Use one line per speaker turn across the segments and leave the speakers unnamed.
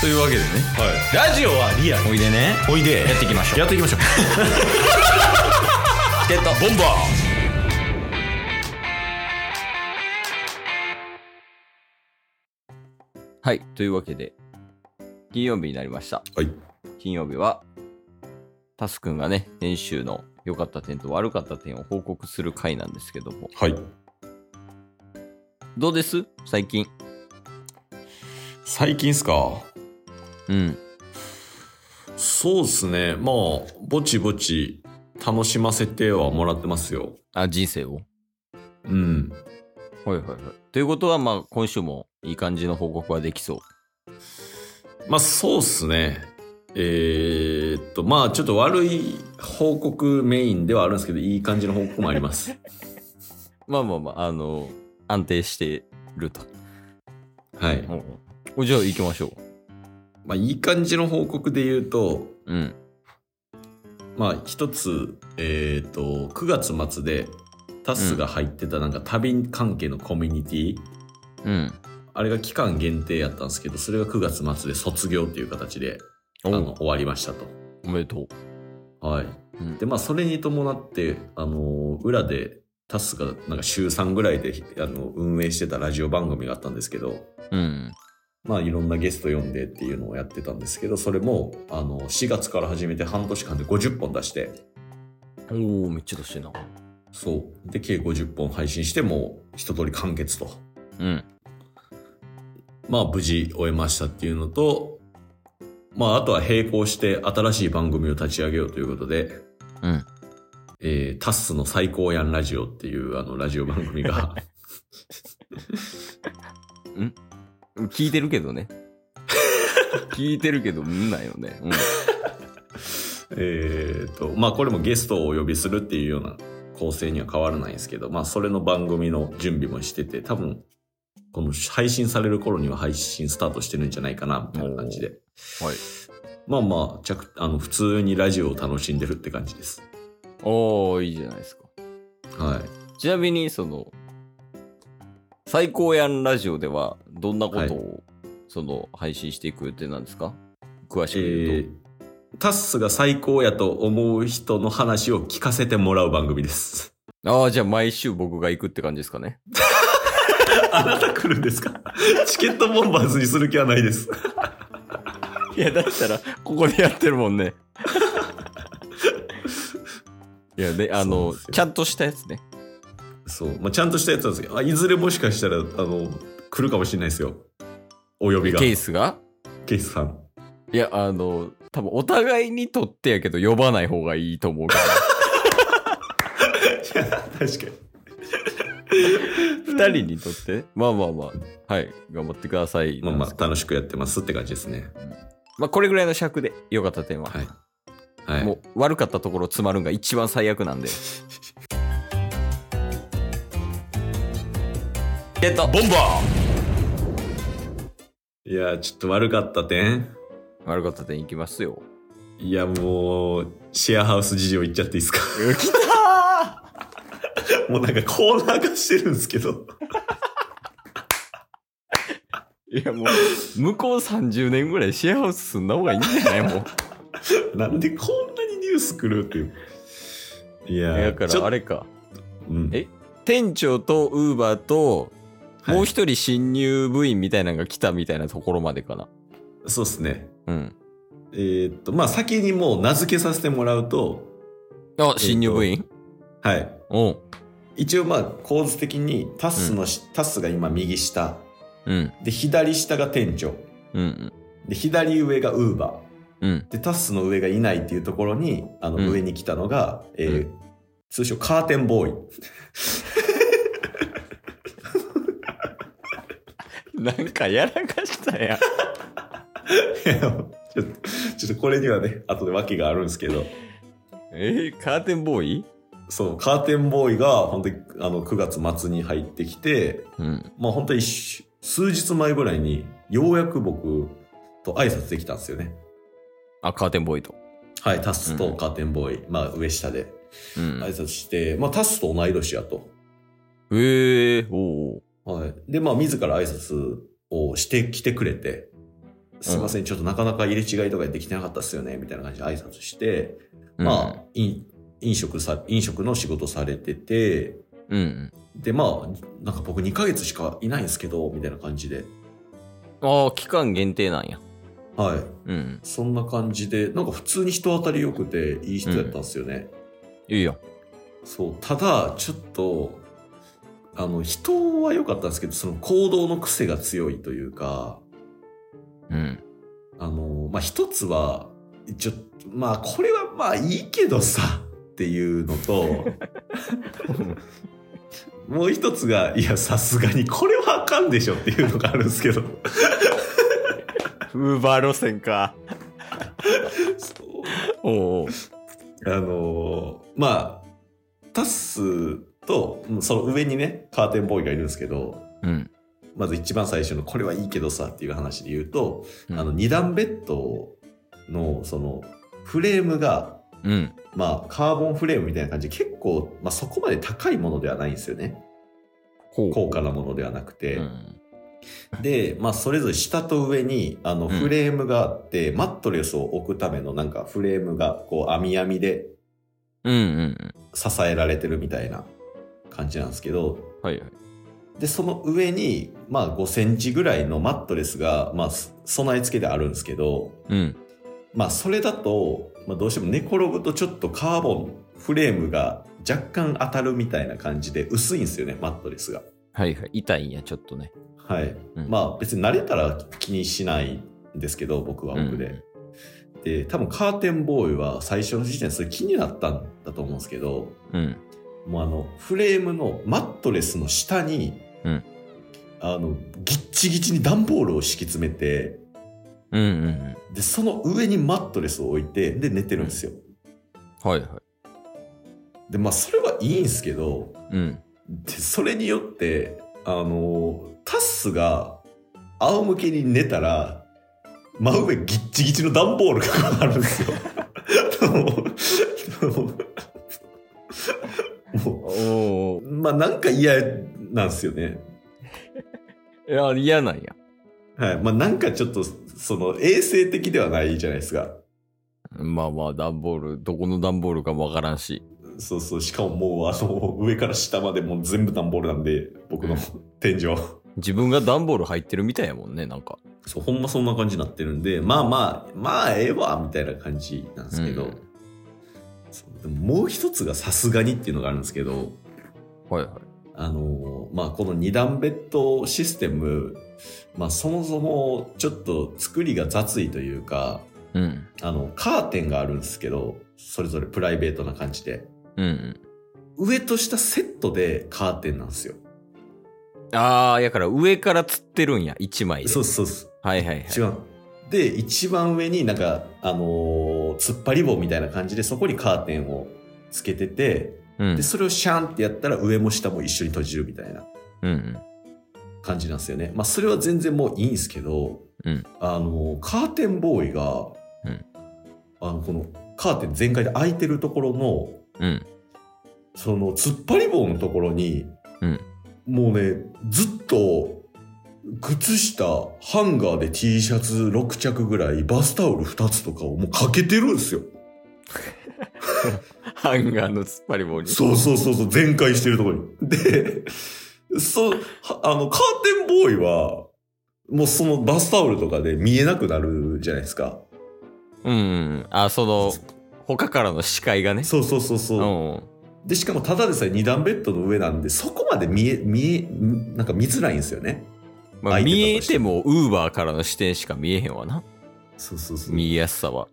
というわけでね
ラジオはリアル
おいでね
おいで
やっていきましょう
やってい きましょう
チケットボンバーはいというわけで金曜日になりました
はい
金曜日はタスくんがね年収の良かった点と悪かった点を報告する回なんですけども
はい
どうです最近
最近っすか
うん
そうっすねまあぼちぼち楽しませてはもらってますよ
あ人生を
うん
はいはいはいということはまあ今週もいい感じの報告はできそう
まあそうっすねえー、っとまあちょっと悪い報告メインではあるんですけどいい感じの報告もあります
まあまあまああの安定してると
はい、
おじゃあ行きましょ
まあ、いい感じの報告で言うと
ううん
まあ一つえー、っと9月末でタスが入ってたなんか旅関係のコミュニティ、
うん
あれが期間限定やったんですけど、それが9月末で卒業っていう形で、あ
お
の、終わりましたと。
おめでとう、
はい。
うん
で、まあ、それに伴って、あのー裏で、タスが、なんか週3ぐらいで、あの、運営してたラジオ番組があったんですけど、
うん
まあ、いろんなゲスト呼んでっていうのをやってたんですけど、それも、あの、4月から始めて半年間で50本出して、
おおめっちゃ出してんな
そう。で、計50本配信して、もう、一通り完結と。
うん
まあ、無事終えましたっていうのと、まあ、あとは並行して新しい番組を立ち上げようということで、
うん
えー、タッスの最高やんラジオっていうあのラジオ番組が、
聞いてるけど ね聞いてるけどうんなんよねうん
えーと、まあこれもゲストをお呼びするっていうような構成には変わらないんですけど、まあそれの番組の準備もしてて、多分、この配信される頃には配信スタートしてるんじゃないかな、みたいな感じで。
はい
まあまあ、着あの普通にラジオを楽しんでるって感じです。
おおいいじゃないですか
はい。
ちなみにその最高やんラジオではどんなことを、その配信していく予定なんですか詳しく言う
えータッスが最高やと思う人の話を聞かせてもらう番組です。
と、ああじゃあ毎週僕が行くって感じですかね
あなた来るんですか チケットボンバーズにする気はないです。
いや、だったら、ここでやってるも んね。いや、で、あ
そう
の
です、よ
ちゃんとしたやつね。
そう。まあ、ちゃんとしたやつなんですけど、あいずれもしかしたら、あの、来るかもしれないですよ。お呼びが。
ケ
ケ
ースが
イスさん。
いや、あの、多分お互いにとってやけど、呼ばない方がいいと思うから。
いや、確かに。
二人にとってまあまあまあ。はい、頑張ってください。
まあ
なん
ま
ですけ
あ、楽しくやってますって感じですね。
どまあこれぐらいの尺で、良かった点は。
はい。はい。
もう、悪かったところ詰まるんが一番最悪なんで。ゲットボンバー
いや、ちょっと悪かった点。
悪かった点いきます よ。
いや、もう、シェアハウス事情言っちゃっていいですか
きた
もうなんかコーナー化してるんですけど。
いやもう、向こう30年ぐらいシェアハウス住んだ方がいいんじゃ ないもう。
なんでこんなにニュース来るっていう。いや
だ
ー、
からあれか。
うん
え店長とウーバーと、
はい
もう一人新入部員みたいなのが来たみたいなところまでかな。
そうですね。
うん。
えーっと、まあ、先にもう名付けさせてもらうと、
あ、新入部員
はい。
うん。
一応まあ、構図的にタスのし、タスが今右下。
うん。
で、左下が店長。
うん。
で、左上がウーバ
うん。
ー。で、タスの上がいないっていうところに、あの、
うん
上に来たのが、えー
う
通称カーテンボーイ。
なんかやらかしたやん。
いやちょっと、ちょっとこれにはね、後で訳があるんですけど。
えー、カーテンボーイ
そう、カーテンボーイが、本当に、あの、9月末に入ってきて、
うん。
まあ本当に一週数日前ぐらいに、ようやく僕と挨拶できたんですよね。
あ、カーテンボーイと。
はい、タス
う
と
ん
カーテンボーイ、まあ上下で
うん。
挨拶して、まあタスと同い年やと。
えー、おうおう
はい。で、まあ自ら挨拶をしてきてくれて、すいません、ちょっとなかなか入れ違いとかできてなかったっすよね、みたいな感じで挨拶して、まあ、飲飲食さ、飲食の仕事されてて、
うん、うん。
で、まあ、なんか僕2ヶ月しかいないんですけど、みたいな感じで。
ああ、期間限定なんや。
はい。
うん。
そんな感じで、なんか普通に人当たり良くて、いい人やったんですよね。
いいよ。
そう。ただ、ちょっと、あの、人は良かったんですけど、その行動の癖が強いというか、
うん。
あの、まあ、一つは、ちょまあ、これはまあいいけどさ、っていうのと、もう一つが、いや、さすがにこれはあかんでしょっていうのがあるんですけど。
ウーバー路線か。
そう
おうおう。
あのーまあ、タスと、うんその上にね、カーテンボーイがいるんですけど、
うん。
まず一番最初の、これはいいけどさっていう話で言うと、
うん
あの、二段ベッドの、その、フレームが、
うん。
まあ、カーボンフレームみたいな感じで、結構、まあ、そこまで高いものではないんですよね。
こ
高価なものではなくて。
うん。
で、まあ、それぞれ下と上に、あの、
ん
フレームがあって、マットレスを置くための、なんか、フレームが、こう、網網で
うんうんうん。
支えられてるみたいな感じなんですけど、
はいはい。
で、その上に、まあ、5センチぐらいのマットレスが、まあ、す備え付けであるんですけど、
うん。
まあ、それだと、まあ、どうしても寝転ぶとちょっとカーボンフレームが若干当たるみたいな感じで薄いんですよね、マットレスが。
はいはい。痛いんや、ちょっとね。
はい。
うん
まあ、別に慣れたら気にしないんですけど、僕は僕で。で、多分カーテンボーイは最初の時点でそれ気になったんだと思うんですけど、
うん。
もうあの、フレームのマットレスの下に、
うん
あの、ギッチギチに段ボールを敷き詰めて、
うんうんうん。
で、その上にマットレスを置いて、で、寝てるんですよ。
はいはい。
で、まあ、それはいいんですけど、
うん。
で、それによって、あの、タッスが、仰向けに寝たら、真上ギッチギチの段ボールがあるんですよ。 もうもう、も
おお
う。まあ、なんか嫌なんですよね。
いや、嫌なんや。
はい。まあ、なんかちょっと、その、衛生的ではないじゃないですか。
まあまあ、段ボール、どこの段ボールかもわからんし。
そうそう。しかももう、あの、上から下までもう全部段ボールなんで、僕の天井。
自分が段ボール入ってるみたいやもんね、なんか。
そう、ほんまそんな感じになってるんで、まあまあ、まあ、ええわ、みたいな感じなんですけど、
うん
そうでももう一つがさすがにっていうのがあるんですけど、
はいはい。
あのまあ、この二段ベッドシステム、まあ、そもそもちょっと作りが雑いというか、
うん。
あの、カーテンがあるんですけど、それぞれプライベートな感じで。
うんうん。
上と下セットでカーテンなんですよ。
ああ、やから上から釣ってるんや、一枚で。
そうそうそう。
はいはいはい。
一番。で、一番上になんか、あのー突っ張り棒みたいな感じで、そこにカーテンをつけてて、
うん
で、。それをシャンってやったら上も下も一緒に閉じるみたいな
うんうん。
感じなんですよね。まあ、それは全然もういいんですけど、
うん
あのーカーテンボーイが、
うん
あの、このカーテン全開で開いてるところの、
うん。
その突っ張り棒のところに、
うん
もうねずっと靴下ハンガーで T シャツ6着ぐらいバスタオル2つとかをもうかけてるんですよ
ハンガーの突っ張り棒に。
そうそうそうそう全開してるところにでそうはあのカーテンボーイはもうそのバスタオルとかで見えなくなるじゃないですか
うんうん。あ、その、他からの視界がね。
そうそうそうそうう、
んうん。
でしかもただでさえ2段ベッドの上なんでそこまで見え見えなんか見づらいんですよね
まあ、
相手
見
だ
え
として
ても、ウーバーからの視点しか見えへんわな。
そうそうそう
見えやすさは。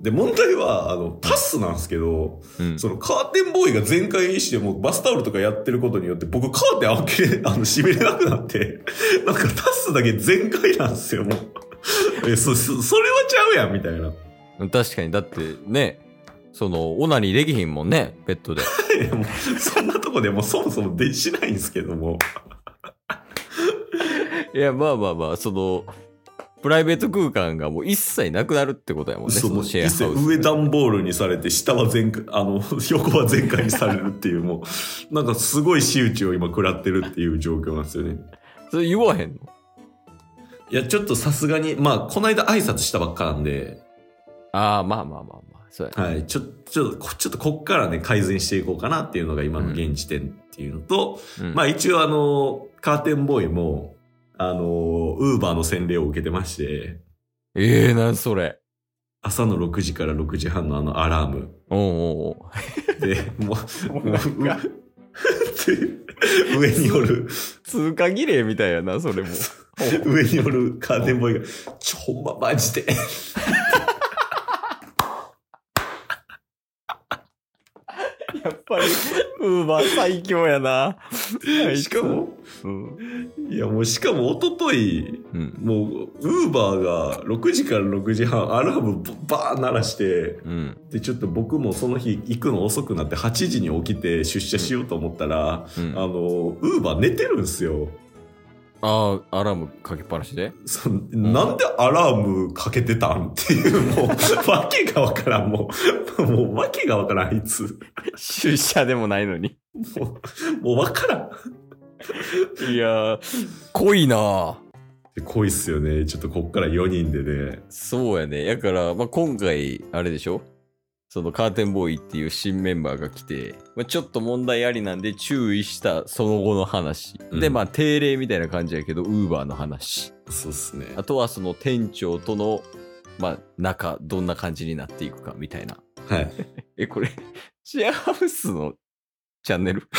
で、問題は、あの、タスなんですけど、
うん。
そのカーテンボーイが全開してもうバスタオルとかやってることによって、僕カーテン開け、あ の、閉めれなくなって、 なんかタスだけ全開なんですよ、もう。 え、そ、そそれはちゃうやん、みたいな。
確かに、だってね、その、オナニーできひんもんね、ベッドで。
いやもうそんなとこでもうそもそもでしないんですけども。
いや、まあまあまあ、その、プライベート空間がもう一切なくなるってことやもんね、
そ、
そう
も
の
う
シェアハウ
一切
ス。
上段ボールにされて、下は全開、あの、 横は全開にされるっていう、もう、なんかすごい仕打ちを今食らってるっていう状況なんですよね。
それ言わへんの
いや、ちょっとさすがに、まあ、この間挨拶したばっかなんで、
ああ、まあまあまあまあ。そうやね。
はい、ちょ、ちょっと、こちょっとこっからね、改善していこうかなっていうのが今の現時点っていうのと、
うん
まあ一応あの、カーテンボーイも、あの、ウーバーの洗礼を受けてまして、
ええー、なんそれ。
朝の6時から6時半のあのアラーム。
おうおうおう。
で、もう、
もう
もう
なんか
う上におる、
通過儀礼みたいやな、それも。
上におるカーテンボーイが、ちょ、ほんまマジで。
やっぱり、ウーバー最強やな。
しかも、
うん。
いやもうしかも一昨日
うん。
もう、ウーバーが6時から6時半、アラームバーン鳴らして、
うん。
で、ちょっと僕もその日行くの遅くなって8時に起きて出社しようと思ったら、あ
あ
の、ウーバー寝てるんすよ。
あ、アラームかけっぱなし で。
そなんでアラームかけてたんっていう、 もう、わけがわからん、もう、もうわけがわからん、あいつ。
出社でもないのに。
もう、もうわからん。
いやー、濃いな
で濃いっすよね。ちょっとこっから4人でね。
そうやね。やから、まあ、今回、あれでしょそのカーテンボーイっていう新メンバーが来て、まあ、ちょっと問題ありなんで注意したその後の話。
うん
で、まあ、定例みたいな感じやけど、ウーバーの話。
そうっすね。
あとはその店長との、まあ、仲、どんな感じになっていくかみたいな。
はい。
え、これ、 シェアハウスのチャンネル